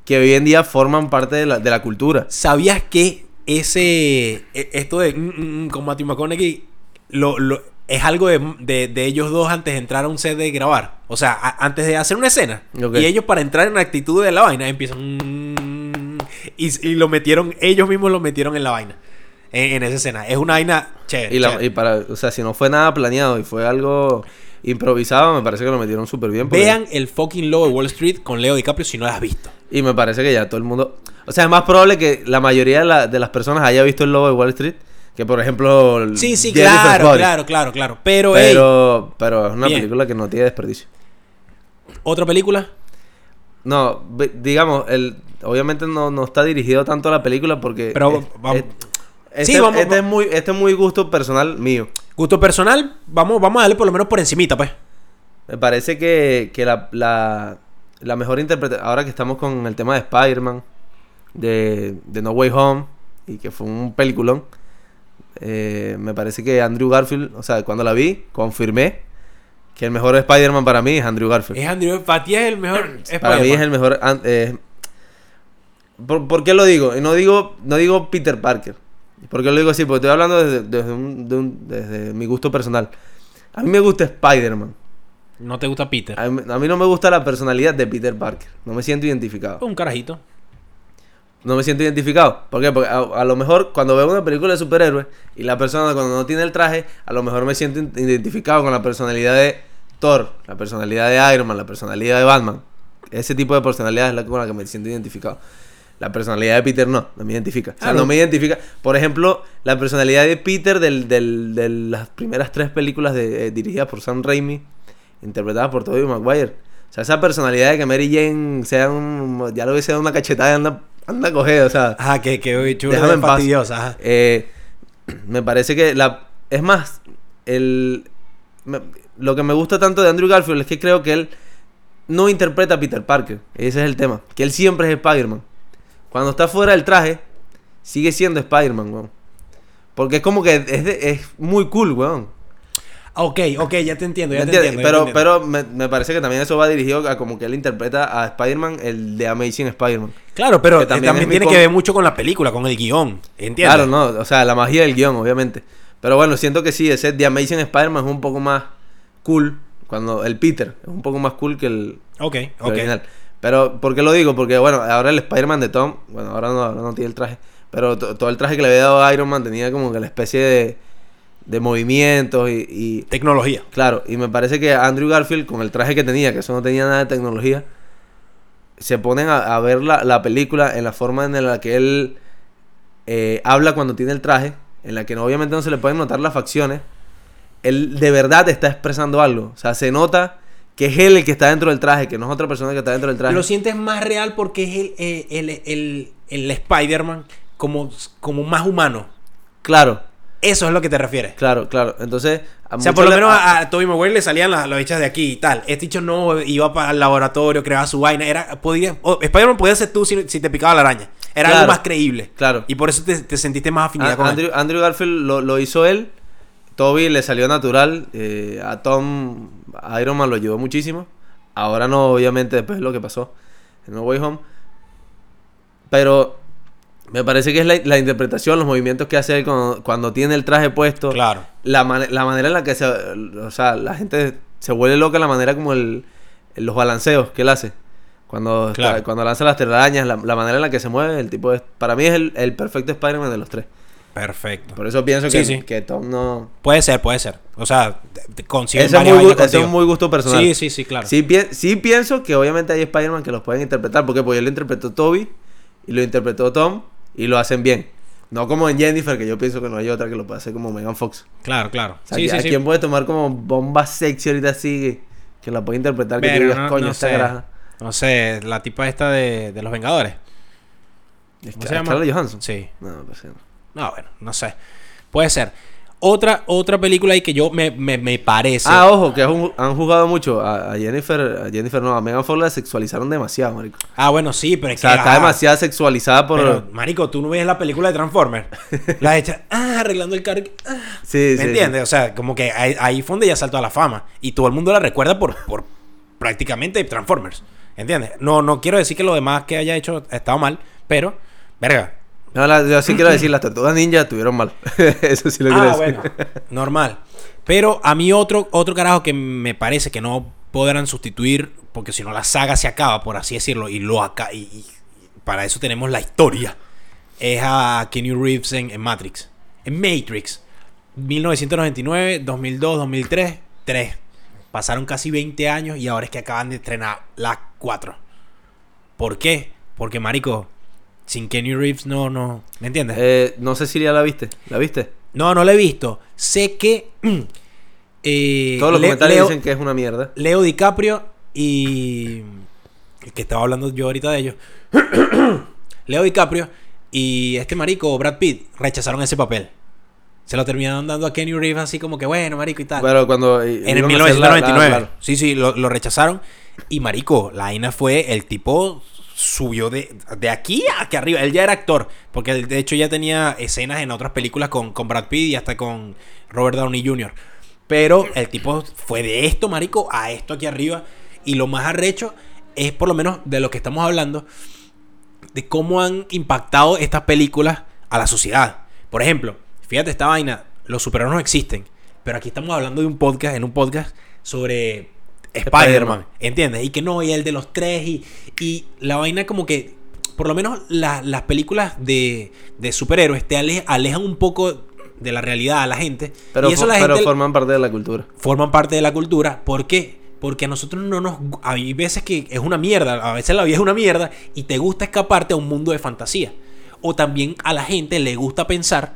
Speaker 1: que hoy en día forman parte de la, de la cultura.
Speaker 2: ¿Sabías que ese. e- Esto de. mm, mm, con Matthew McConaughey. Lo, lo- es algo de, de- de ellos dos antes de entrar a un set de grabar. O sea, a- antes de hacer una escena.
Speaker 1: Ok.
Speaker 2: Y ellos, para entrar en la actitud de la vaina, empiezan. mm, y, y lo metieron. Ellos mismos lo metieron en la vaina. En, en esa escena. Es una vaina chévere.
Speaker 1: Y, la-
Speaker 2: chévere.
Speaker 1: y para, o sea, si no fue nada planeado y fue algo improvisado, me parece que lo metieron súper bien. porque-
Speaker 2: Vean el fucking logo de Wall Street con Leo DiCaprio si no lo has visto.
Speaker 1: Y me parece que ya todo el mundo. O sea, es más probable que la mayoría de, la- de las personas haya visto el logo de Wall Street que, por ejemplo. el
Speaker 2: Sí, sí,
Speaker 1: Jennifer's
Speaker 2: claro,
Speaker 1: Body.
Speaker 2: claro, claro, claro. Pero, ey,
Speaker 1: Pero, pero es una
Speaker 2: Bien.
Speaker 1: película que no tiene desperdicio.
Speaker 2: otra película.
Speaker 1: No, ve- digamos, el, obviamente no, no está dirigido tanto a la película porque.
Speaker 2: Pero
Speaker 1: es-
Speaker 2: vamos-
Speaker 1: es- este,
Speaker 2: Sí, vamos-
Speaker 1: este es muy, este es muy gusto personal mío.
Speaker 2: Gusto personal, vamos, vamos a darle por lo menos por encimita, pues.
Speaker 1: Me parece que, que la, la, la mejor interpretación, ahora que estamos con el tema de Spider-Man, de, de No Way Home, y que fue un peliculón, eh, me parece que Andrew Garfield, o sea, cuando la vi, confirmé que el mejor Spider-Man para mí es Andrew Garfield.
Speaker 2: Es Andrew, para ti es el
Speaker 1: <clears throat>
Speaker 2: mejor.
Speaker 1: Pues. para mí es el
Speaker 2: Spider-Man.
Speaker 1: mejor... an- eh, ¿por, por qué lo digo? Y No digo, no digo Peter Parker. ¿Por qué lo digo así? Porque estoy hablando desde, desde, un- de un- desde mi gusto personal. A mí me gusta Spider-Man.
Speaker 2: No te gusta Peter.
Speaker 1: A mí, a mí no me gusta la personalidad de Peter Parker. No me siento identificado.
Speaker 2: Un carajito.
Speaker 1: No me siento identificado. ¿Por qué? Porque a, a lo mejor cuando veo una película de superhéroes y la persona cuando no tiene el traje, a lo mejor me siento in- identificado con la personalidad de Thor, la personalidad de Iron Man, la personalidad de Batman. Ese tipo de personalidad es la con la que me siento identificado. La personalidad de Peter no, no me identifica. O sea,
Speaker 2: Ah, no.
Speaker 1: no me identifica. Por ejemplo, la personalidad de Peter del- del- de las primeras tres películas de- eh, dirigidas por Sam Raimi, interpretadas por Tobey Maguire. O sea, esa personalidad de que Mary Jane sea un. Ya lo hubiese dado una cachetada y anda, anda cogida, o sea.
Speaker 2: Ajá, que, que chulo,
Speaker 1: Déjame en paz.
Speaker 2: fastidiosa. Ajá.
Speaker 1: Eh, <clears throat> me parece que la. Es más, el. me- lo que me gusta tanto de Andrew Garfield es que creo que él no interpreta a Peter Parker. Ese es el tema. Que él siempre es Spider-Man. Cuando está fuera del traje, sigue siendo Spider-Man, weón. Porque es como que es, de- es muy cool, weón.
Speaker 2: Ah, Ok, ok, ya te entiendo,
Speaker 1: ¿Me
Speaker 2: ya te
Speaker 1: entiendes?
Speaker 2: entiendo. ya
Speaker 1: pero
Speaker 2: te entiendo.
Speaker 1: pero me, me parece que también eso va dirigido a como que él interpreta a Spider-Man, el de Amazing Spider-Man.
Speaker 2: Claro, pero
Speaker 1: que
Speaker 2: eh, también,
Speaker 1: también es mi
Speaker 2: tiene
Speaker 1: con-
Speaker 2: que ver mucho con la película, con el guión. ¿Entiendes?
Speaker 1: Claro, no, o sea, la magia del guión, obviamente. Pero bueno, siento que sí, ese The Amazing Spider-Man es un poco más cool. Cuando el Peter es un poco más cool que el,
Speaker 2: Ok,
Speaker 1: el
Speaker 2: ok.
Speaker 1: original. Pero, ¿por qué lo digo? Porque, bueno, ahora el Spider-Man de Tom, bueno, ahora no, ahora no tiene el traje. Pero to- todo el traje que le había dado a Iron Man tenía como que la especie de, de movimientos y, y-
Speaker 2: Tecnología.
Speaker 1: Claro, y me parece que Andrew Garfield, con el traje que tenía, que eso no tenía nada de tecnología, se ponen a, a ver la, la película en la forma en la que él eh, habla cuando tiene el traje, en la que no- obviamente no se le pueden notar las facciones. Él de verdad está expresando algo. O sea, se nota que es él el que está dentro del traje, que no es otra persona que está dentro del traje.
Speaker 2: Lo sientes más real porque es el, eh, el, el, el Spider-Man como, como más humano.
Speaker 1: Claro,
Speaker 2: Eso es a lo que te refieres.
Speaker 1: claro, claro. Entonces, a
Speaker 2: O sea, por lo
Speaker 1: muchos le-
Speaker 2: menos a, a Tobey Maguire le salían las, las hechas de aquí y tal. Este dicho no iba para el laboratorio, creaba su vaina. Era, podía, oh, Spider-Man podía ser tú si, si te picaba la araña. Era
Speaker 1: Claro.
Speaker 2: algo más creíble.
Speaker 1: Claro.
Speaker 2: Y por eso te, te sentiste más afinidad
Speaker 1: A-
Speaker 2: con
Speaker 1: Ah,
Speaker 2: él.
Speaker 1: Andrew, Andrew Garfield lo, lo hizo él. Toby le salió natural. eh, a Tom, a Iron Man lo ayudó muchísimo. Ahora no, obviamente, después de lo que pasó en No Way Home. Pero me parece que es la, la interpretación, los movimientos que hace él cuando, cuando tiene el traje puesto.
Speaker 2: Claro.
Speaker 1: La, mane- la manera en la que se. O sea, la gente se vuelve loca la manera como el, los balanceos que él hace. Cuando, está-
Speaker 2: Claro.
Speaker 1: cuando lanza las telarañas, la, la manera en la que se mueve, el tipo es. Para mí es el, el perfecto Spider-Man de los tres.
Speaker 2: Perfecto.
Speaker 1: Por eso pienso
Speaker 2: Sí,
Speaker 1: que,
Speaker 2: sí.
Speaker 1: que Tom no.
Speaker 2: Puede ser, puede ser. O sea, te- consiguen
Speaker 1: Ese es,
Speaker 2: varias
Speaker 1: muy, gu-
Speaker 2: vainas
Speaker 1: ese es
Speaker 2: contigo.
Speaker 1: muy gusto personal.
Speaker 2: Sí, sí, sí, claro.
Speaker 1: Sí, pien- sí pienso que obviamente hay Spider-Man que los pueden interpretar, porque pues él lo interpretó Toby y lo interpretó Tom y lo hacen bien. No como en Jennifer, que yo pienso que no hay otra que lo pueda hacer como Megan Fox.
Speaker 2: Claro, claro.
Speaker 1: O sea,
Speaker 2: sí,
Speaker 1: ¿a
Speaker 2: sí, sí.
Speaker 1: quién puede tomar como bomba sexy ahorita así que, que la puede interpretar? Que
Speaker 2: Pero
Speaker 1: tú digas,
Speaker 2: no,
Speaker 1: coño,
Speaker 2: no
Speaker 1: esta
Speaker 2: sé.
Speaker 1: graja.
Speaker 2: No sé, la tipa esta de, de los Vengadores.
Speaker 1: Es
Speaker 2: ¿Cómo
Speaker 1: que-
Speaker 2: se llama?
Speaker 1: Scarlett Johansson.
Speaker 2: Sí.
Speaker 1: No, pues, sí, no.
Speaker 2: No, bueno, no sé. Puede ser. Otra, otra película ahí que yo me, me, me parece.
Speaker 1: Ah, ojo, que es un- han jugado mucho a, a Jennifer, a Jennifer no, a Megan Fox la sexualizaron demasiado, marico.
Speaker 2: Ah, bueno, sí, pero es
Speaker 1: O
Speaker 2: que.
Speaker 1: sea, está
Speaker 2: ah,
Speaker 1: demasiado sexualizada por...
Speaker 2: pero, marico, tú no ves la película de Transformers. la hecha, ah, arreglando el carro. ah.
Speaker 1: sí,
Speaker 2: ¿Me
Speaker 1: sí, sí.
Speaker 2: entiendes? O sea, como que ahí, ahí fue donde ya saltó a la fama. Y todo el mundo la recuerda por, por prácticamente Transformers. ¿Entiendes? No, no quiero decir que lo demás que haya hecho ha estado mal, pero. Verga.
Speaker 1: No, la- yo sí quiero decir, las tortugas ninja estuvieron mal. <laughs> Eso sí lo quiero
Speaker 2: Ah,
Speaker 1: decir. <laughs>
Speaker 2: bueno, normal. Pero a mí otro, otro carajo que me parece que no podrán sustituir, porque si no la saga se acaba, por así decirlo, y lo acá y, y- y para eso tenemos la historia. Es a Kenny Reeves en, en Matrix. En Matrix. 1999, 2002, 2003, 3. Pasaron casi 20 años y ahora es que acaban de estrenar las 4. ¿Por qué? Porque, marico, sin Kenny Reeves no, no, ¿me entiendes?
Speaker 1: Eh, no sé si ya la viste. ¿La viste?
Speaker 2: No, no la he visto. Sé que. <clears throat> eh,
Speaker 1: Todos los
Speaker 2: Le-
Speaker 1: comentarios
Speaker 2: Leo,
Speaker 1: dicen que es una mierda.
Speaker 2: Leo DiCaprio y. el Que estaba hablando yo ahorita de ellos. <clears throat> Leo DiCaprio y este marico, Brad Pitt, rechazaron ese papel. Se lo terminaron dando a Kenny Reeves así como que bueno, marico y tal.
Speaker 1: Pero cuando... eh,
Speaker 2: en el 1999. Sí, sí, lo, lo rechazaron. Y marico, la vaina fue el tipo subió de, de aquí a que arriba. Él ya era actor. Porque él, de hecho ya tenía escenas en otras películas con, con Brad Pitt y hasta con Robert Downey Jr. Pero el tipo fue de esto, marico, a esto aquí arriba. Y lo más arrecho es por lo menos de lo que estamos hablando de cómo han impactado estas películas a la sociedad. Por ejemplo, fíjate esta vaina, los superhéroes no existen, pero aquí estamos hablando de un podcast, en un podcast sobre Spider-Man,
Speaker 1: Spider-Man.
Speaker 2: ¿entiendes? Y que no, y el de los tres, y, y la vaina como que, por lo menos la- las películas de, de superhéroes te ale- alejan un poco de la realidad a la gente.
Speaker 1: Pero,
Speaker 2: y eso
Speaker 1: fo-
Speaker 2: la
Speaker 1: pero
Speaker 2: gente
Speaker 1: forman parte de la cultura.
Speaker 2: forman parte de la cultura. ¿Por qué? Porque a nosotros no nos... gu- Hay veces que es una mierda, a veces la vida es una mierda y te gusta escaparte a un mundo de fantasía. O también a la gente le gusta pensar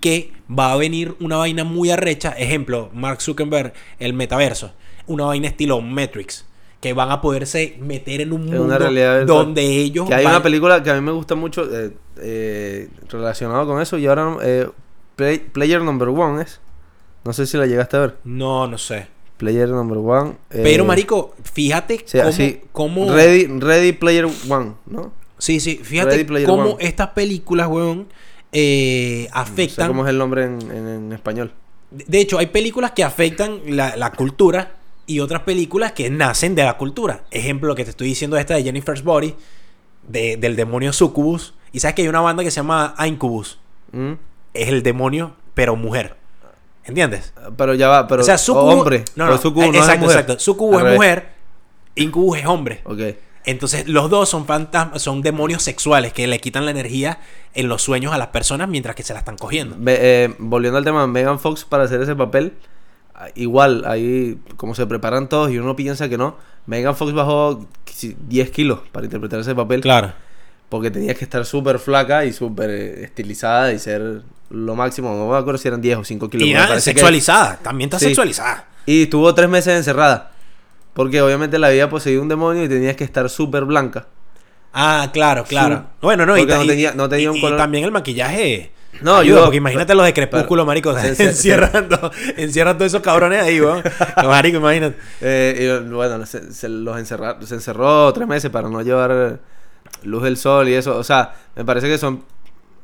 Speaker 2: que va a venir una vaina muy arrecha. Ejemplo, Mark Zuckerberg, el metaverso. Una vaina estilo Matrix. Que van a poderse meter en un
Speaker 1: Es
Speaker 2: mundo
Speaker 1: una realidad virtual.
Speaker 2: donde ellos...
Speaker 1: Que hay
Speaker 2: van-
Speaker 1: una película que a mí me gusta mucho eh, eh, relacionado con eso. Y ahora... no- eh, Play- Player Number One es. No sé si la llegaste a ver.
Speaker 2: No, no sé.
Speaker 1: Player Number One. eh,
Speaker 2: Pero, Marico, fíjate
Speaker 1: Sí,
Speaker 2: cómo...
Speaker 1: así,
Speaker 2: cómo-
Speaker 1: Ready, Ready Player One, ¿no?
Speaker 2: Sí, sí,
Speaker 1: Ready
Speaker 2: fíjate
Speaker 1: Player
Speaker 2: cómo
Speaker 1: One.
Speaker 2: estas películas, weón, eh,
Speaker 1: No sé
Speaker 2: afectan.
Speaker 1: cómo es el nombre en, en- en español.
Speaker 2: De de hecho, hay películas que afectan la, la cultura y otras películas que nacen de la cultura. Ejemplo, lo que te estoy diciendo esta de Jennifer's Body, de- del demonio Succubus. Y sabes que hay una banda que se llama Incubus.
Speaker 1: ¿Mm?
Speaker 2: Es el demonio, pero mujer. ¿Entiendes?
Speaker 1: Pero ya va, pero
Speaker 2: o sea, Succubus.
Speaker 1: hombre.
Speaker 2: No,
Speaker 1: pero
Speaker 2: no,
Speaker 1: Succubus no
Speaker 2: exacto,
Speaker 1: es mujer.
Speaker 2: exacto. Succubus
Speaker 1: Al
Speaker 2: es
Speaker 1: revés.
Speaker 2: mujer, Incubus es hombre.
Speaker 1: Ok.
Speaker 2: Entonces, los dos son fantasmas, son demonios sexuales que le quitan la energía en los sueños a las personas mientras que se la están cogiendo.
Speaker 1: Ve- eh, volviendo al tema de Megan Fox para hacer ese papel, ah, igual, ahí como se preparan todos y uno piensa que no, Megan Fox bajó si- 10 kilos para interpretar ese papel.
Speaker 2: Claro.
Speaker 1: Porque tenías que estar súper flaca y súper eh, estilizada y ser lo máximo. No me acuerdo si eran 10 o 5 kilos.
Speaker 2: Y
Speaker 1: me
Speaker 2: nada,
Speaker 1: parece que-
Speaker 2: sexualizada, también está
Speaker 1: Sí.
Speaker 2: sexualizada.
Speaker 1: Y estuvo tres meses encerrada. Porque obviamente la había poseído un demonio y tenías que estar súper blanca.
Speaker 2: Ah, claro, claro.
Speaker 1: Sí.
Speaker 2: Bueno, no, y,
Speaker 1: Porque
Speaker 2: ta-
Speaker 1: no
Speaker 2: y-
Speaker 1: tenía- no tenía
Speaker 2: y-
Speaker 1: un
Speaker 2: y
Speaker 1: color-
Speaker 2: también el maquillaje.
Speaker 1: No,
Speaker 2: ayuda,
Speaker 1: ayuda,
Speaker 2: porque imagínate los de Crepúsculo,
Speaker 1: claro.
Speaker 2: marico,
Speaker 1: Sí,
Speaker 2: <laughs>
Speaker 1: sí,
Speaker 2: encierrando, encierrando esos cabrones
Speaker 1: <laughs>
Speaker 2: ahí, weón. Marico, imagínate.
Speaker 1: Eh, y, bueno, se, se los encerrar- se encerró tres meses para no llevar luz del sol y eso. O sea, me parece que son...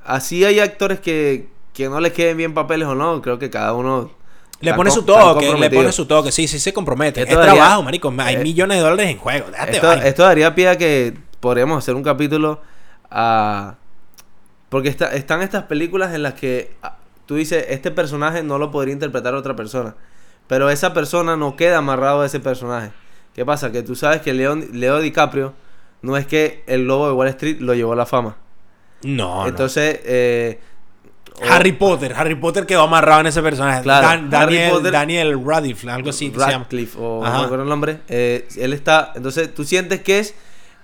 Speaker 1: Así hay actores que, que no les queden bien papeles o no. Creo que cada uno...
Speaker 2: Le
Speaker 1: está
Speaker 2: pone
Speaker 1: co-
Speaker 2: su
Speaker 1: está
Speaker 2: toque, le
Speaker 1: comprometido.
Speaker 2: pone su toque, sí, sí se compromete.
Speaker 1: Esto
Speaker 2: es
Speaker 1: daría-
Speaker 2: trabajo, marico, hay
Speaker 1: eh,
Speaker 2: millones de dólares en juego. déjate
Speaker 1: Esto,
Speaker 2: vaina.
Speaker 1: esto daría pie a que podríamos hacer un capítulo a... Porque está- están estas películas en las que ah, tú dices, este personaje no lo podría interpretar otra persona. Pero esa persona no queda amarrado a ese personaje. ¿Qué pasa? Que tú sabes que Leo, Leo DiCaprio no es que el lobo de Wall Street lo llevó a la fama.
Speaker 2: No, no.
Speaker 1: Entonces, eh, o-
Speaker 2: Harry Potter. Harry Potter quedó amarrado en ese personaje.
Speaker 1: Claro,
Speaker 2: Dan-
Speaker 1: Harry
Speaker 2: Daniel,
Speaker 1: Potter-
Speaker 2: Daniel Radcliffe, algo así que se llama.
Speaker 1: Radcliffe, o
Speaker 2: Ajá.
Speaker 1: no me acuerdo el nombre. eh, él está. Entonces tú sientes que es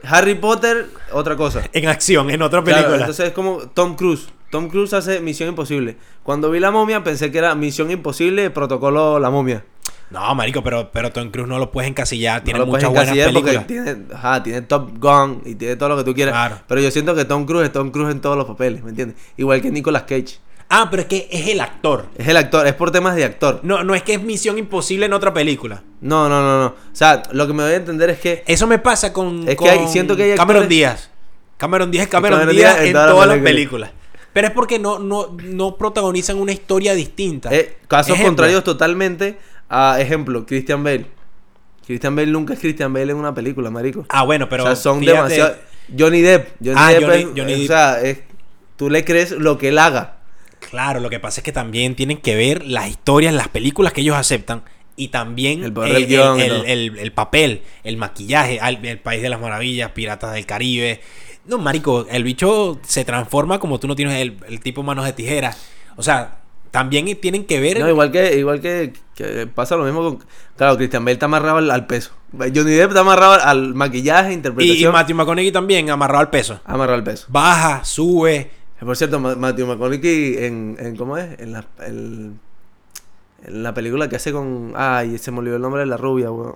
Speaker 1: Harry Potter, otra cosa.
Speaker 2: En acción, en
Speaker 1: <laughs>
Speaker 2: otra
Speaker 1: Claro,
Speaker 2: película.
Speaker 1: entonces es como Tom Cruise. Tom Cruise hace Misión Imposible. Cuando vi la momia pensé que era Misión Imposible, protocolo la momia.
Speaker 2: No, marico, pero, pero Tom Cruise no lo puedes encasillar. Tiene
Speaker 1: No lo puedes
Speaker 2: muchas buenas
Speaker 1: encasillar porque
Speaker 2: películas.
Speaker 1: Tiene, ajá, tiene Top Gun y tiene todo lo que tú quieras.
Speaker 2: Claro.
Speaker 1: Pero yo siento que Tom Cruise es Tom Cruise en todos los papeles, ¿me entiendes? Igual que Nicolas Cage.
Speaker 2: Ah, pero es que es el actor.
Speaker 1: Es el actor, es por temas de actor.
Speaker 2: No, no es que es Misión Imposible en otra película.
Speaker 1: No, no, no, no. O sea, lo que me doy a entender es que
Speaker 2: Eso me pasa con,
Speaker 1: Es que hay-
Speaker 2: con
Speaker 1: siento que hay
Speaker 2: Cameron
Speaker 1: actores-
Speaker 2: Díaz. Cameron Díaz es Cameron,
Speaker 1: Cameron
Speaker 2: Díaz,
Speaker 1: Díaz
Speaker 2: en todas las películas. Pero es porque no, no, no protagonizan una historia distinta.
Speaker 1: eh, casos
Speaker 2: Ejemplo.
Speaker 1: contrarios totalmente a, ejemplo, Christian Bale. Christian Bale nunca es Christian Bale en una película, marico.
Speaker 2: Ah, bueno, pero
Speaker 1: o sea, son
Speaker 2: fíjate-
Speaker 1: demasiado. Johnny Depp. Johnny
Speaker 2: Ah,
Speaker 1: Depp
Speaker 2: Johnny-
Speaker 1: es-
Speaker 2: Johnny Depp.
Speaker 1: O sea, es- tú le crees lo que él haga.
Speaker 2: Claro, lo que pasa es que también tienen que ver las historias, las películas que ellos aceptan y también
Speaker 1: El poder del guión y
Speaker 2: el-
Speaker 1: todo.
Speaker 2: el- el papel, el maquillaje, al- el País de las Maravillas, Piratas del Caribe. No, marico, el bicho se transforma como tú no tienes el, el tipo manos de tijera. O sea, también tienen que ver...
Speaker 1: No, igual que, igual que, que pasa lo mismo con. Claro, Christian Bale está amarrado al, al peso. Johnny Depp está amarrado al, al maquillaje,
Speaker 2: y, y
Speaker 1: interpretación.
Speaker 2: Matthew McConaughey también, amarrado al peso.
Speaker 1: amarrado al peso.
Speaker 2: Baja, sube.
Speaker 1: Por cierto, Ma- Matthew McConaughey en, en ¿cómo es? En la, el- en la película que hace con. Ay, se me olvidó el nombre de la rubia, weón.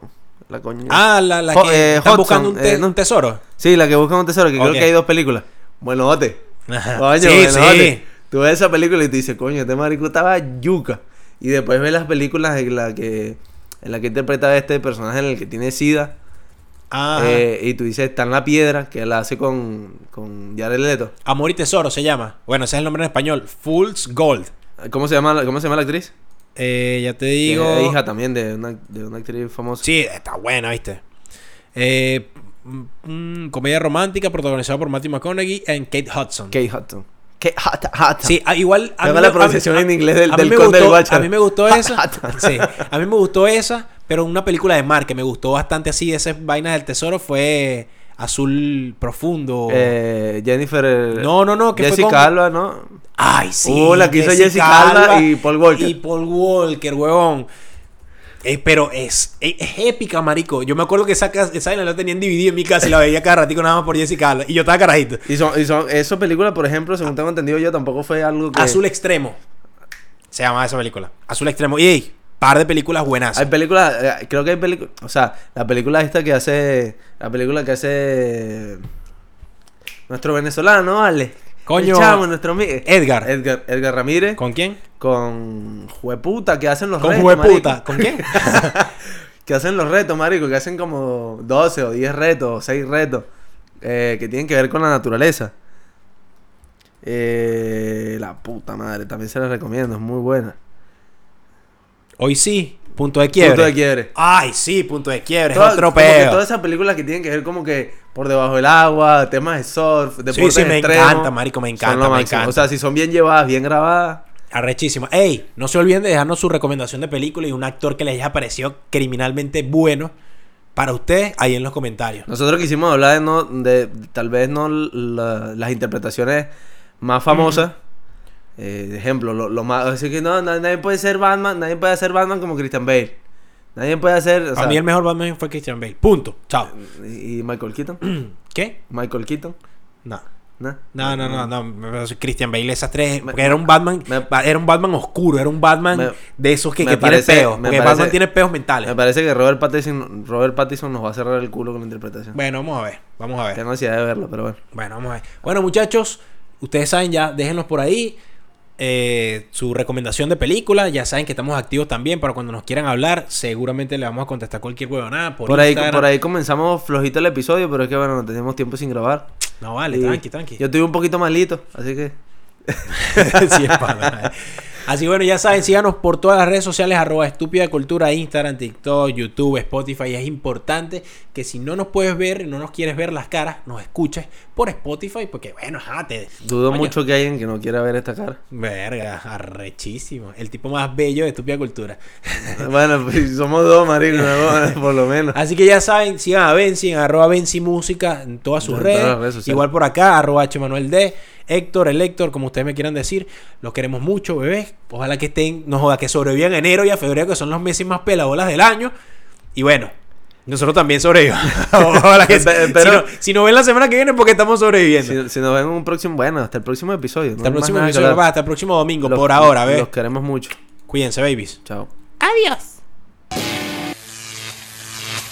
Speaker 1: La coña.
Speaker 2: Ah, la, la que
Speaker 1: Jo- eh,
Speaker 2: están
Speaker 1: Hudson,
Speaker 2: buscando un, te-
Speaker 1: eh, no.
Speaker 2: un tesoro.
Speaker 1: Sí, la que busca un tesoro, que
Speaker 2: Ok.
Speaker 1: creo que hay dos películas. Bueno, ote.
Speaker 2: Ajá.
Speaker 1: Coño,
Speaker 2: Sí,
Speaker 1: bueno,
Speaker 2: sí.
Speaker 1: ote. Tú ves esa película y te dices, coño, este marico estaba yuca. Y después ves las películas en la que, en la que interpreta este personaje en el que tiene sida.
Speaker 2: Ajá.
Speaker 1: Eh, y tú dices, está en la piedra, que la hace con, con Jared Leto.
Speaker 2: Amor y Tesoro se llama. Bueno, ese es el nombre en español. Fool's Gold.
Speaker 1: ¿Cómo se llama, la- cómo se llama la actriz?
Speaker 2: Eh, ya te
Speaker 1: Que
Speaker 2: digo.
Speaker 1: es hija también de una, de una actriz famosa.
Speaker 2: Sí, está buena, ¿viste? Eh, mm, comedia romántica protagonizada por Matthew McConaughey y Kate Hudson.
Speaker 1: Kate Hudson. Kate Hut- Hudson.
Speaker 2: Sí, ah, igual.
Speaker 1: Me va la pronunciación en inglés del-
Speaker 2: a mí
Speaker 1: del
Speaker 2: me
Speaker 1: conde del Ah,
Speaker 2: gustó-
Speaker 1: Guácharo.
Speaker 2: A mí me
Speaker 1: <laughs>
Speaker 2: gustó esa.
Speaker 1: Hudson.
Speaker 2: sí, a mí me gustó esa, pero una película de Mar que me gustó bastante así, de esas vainas del tesoro, fue Azul Profundo.
Speaker 1: Eh, Jennifer.
Speaker 2: No, no, no, que fue
Speaker 1: Jessica
Speaker 2: con-
Speaker 1: Alba, ¿no?
Speaker 2: Ay, sí.
Speaker 1: Hubo la que hizo Jessica Alba y Paul Walker.
Speaker 2: Y Paul Walker, huevón. Eh, pero es, es, es épica, marico. Yo me acuerdo que esa, ca- esa vaina la tenía en DVD en mi casa y la veía cada ratico nada más por Jessica Alba. Y yo estaba carajito.
Speaker 1: Y son, y son, esa película, por ejemplo, según tengo entendido yo, tampoco fue algo que.
Speaker 2: Azul Extremo. Se llama esa película. Azul Extremo. Y ey, par de películas buenas.
Speaker 1: Hay películas, eh, creo que hay películas, o sea, la película esta que hace, la película que hace nuestro venezolano, ¿vale? El
Speaker 2: Coño.
Speaker 1: chamo, nuestro amigo.
Speaker 2: Edgar.
Speaker 1: Edgar, Edgar Ramírez. Con,
Speaker 2: ¿Con quién?
Speaker 1: jueputa que hacen los
Speaker 2: Con
Speaker 1: retos,
Speaker 2: Jueputa.
Speaker 1: marico.
Speaker 2: ¿Con quién?
Speaker 1: <laughs> Que hacen los retos, marico, que hacen como 12 o 10 retos, o 6 retos, eh, que tienen que ver con la naturaleza. Eh, la puta madre, también se la recomiendo, es muy buena.
Speaker 2: Hoy sí. Punto de quiebre.
Speaker 1: Punto de quiebre.
Speaker 2: Ay, sí. Punto de quiebre. es
Speaker 1: Toda-
Speaker 2: otro
Speaker 1: como que
Speaker 2: peo.
Speaker 1: Todas esas películas que tienen que ver como que por debajo del agua, temas de surf, deportes
Speaker 2: sí, me
Speaker 1: extremos,
Speaker 2: encanta, marico, me
Speaker 1: son
Speaker 2: encanta,
Speaker 1: lo
Speaker 2: me
Speaker 1: máximo.
Speaker 2: encanta.
Speaker 1: O sea, si son bien llevadas, bien grabadas.
Speaker 2: Arrechísimo. Ey, no se olviden de dejarnos su recomendación de película y un actor que les haya parecido criminalmente bueno para ustedes ahí en los comentarios.
Speaker 1: Nosotros quisimos hablar de, no, de tal vez no la- las interpretaciones más famosas. Eh, de ejemplo, lo, lo más... Así que no, na- nadie puede ser Batman, nadie puede hacer Batman como Christian Bale. Nadie puede hacer... o
Speaker 2: para
Speaker 1: sea,
Speaker 2: mí el mejor Batman fue Christian Bale. Punto. Chao. Mm,
Speaker 1: y, y Michael
Speaker 2: <clears throat>
Speaker 1: Keaton.
Speaker 2: ¿Qué?
Speaker 1: Michael Keaton.
Speaker 2: No.
Speaker 1: Eh, ¿no?
Speaker 2: No, no, no, no. me parece Christian Bale, esas tres. Porque era un Batman.
Speaker 1: me-
Speaker 2: ba- era un Batman oscuro. Era un Batman
Speaker 1: me-
Speaker 2: de esos que,
Speaker 1: me
Speaker 2: que
Speaker 1: parece-
Speaker 2: tiene peos.
Speaker 1: me
Speaker 2: Porque
Speaker 1: parece-
Speaker 2: Batman tiene peos mentales.
Speaker 1: Me parece que Robert Pattinson, Robert Pattinson nos va a cerrar el culo con la interpretación.
Speaker 2: Bueno, vamos a ver. Vamos a ver.
Speaker 1: Tengo ansiedad de verlo, pero bueno.
Speaker 2: Bueno, vamos a ver. Bueno, muchachos, ustedes saben ya, déjenos por ahí eh, su recomendación de película. Ya saben que estamos activos también para cuando nos quieran hablar. Seguramente le vamos a contestar cualquier huevonada por,
Speaker 1: Por, ahí,
Speaker 2: Instagram.
Speaker 1: por ahí comenzamos flojito el episodio, pero es que bueno, no teníamos tiempo sin grabar.
Speaker 2: No, vale,
Speaker 1: Y
Speaker 2: tranqui, tranqui.
Speaker 1: Yo estoy un poquito malito, así que.
Speaker 2: <laughs> Sí, es pana. Así bueno, ya saben, síganos por todas las redes sociales, arroba estúpida cultura, Instagram, TikTok, YouTube, Spotify. Es importante que si no nos puedes ver y no nos quieres ver las caras, nos escuches por Spotify, porque bueno, ajá, te-
Speaker 1: Dudo
Speaker 2: coño,
Speaker 1: mucho que alguien que no quiera ver esta cara. <laughs>
Speaker 2: Verga, arrechísimo. El tipo más bello de estúpida cultura.
Speaker 1: bueno, pues somos dos, marico, ¿no? por lo
Speaker 2: <laughs>
Speaker 1: menos.
Speaker 2: Así que ya saben, sigan a Benzi en arroba Benzi Música en todas sus
Speaker 1: En todas
Speaker 2: redes.
Speaker 1: las redes sociales.
Speaker 2: Igual por acá, arroba H Manuel D. Héctor, el Héctor, como ustedes me quieran decir, los queremos mucho, bebés. Ojalá que estén, no joda, que sobrevivan enero y a febrero, que son los meses más pelabolas del año. Y bueno, nosotros
Speaker 1: <laughs>
Speaker 2: también sobrevivimos. Ojalá que sí.
Speaker 1: Pero-
Speaker 2: <laughs> si, no, si nos ven la semana que viene, es porque estamos sobreviviendo.
Speaker 1: Si, si nos ven en un próximo, bueno, hasta el próximo episodio. no hay
Speaker 2: hasta, el
Speaker 1: más
Speaker 2: próximo
Speaker 1: nada que
Speaker 2: episodio,
Speaker 1: hablar.
Speaker 2: va, hasta el próximo domingo,
Speaker 1: Los-
Speaker 2: por ahora, ¿ves?
Speaker 1: Los queremos mucho.
Speaker 2: Cuídense, babies.
Speaker 1: Chao.
Speaker 3: Adiós.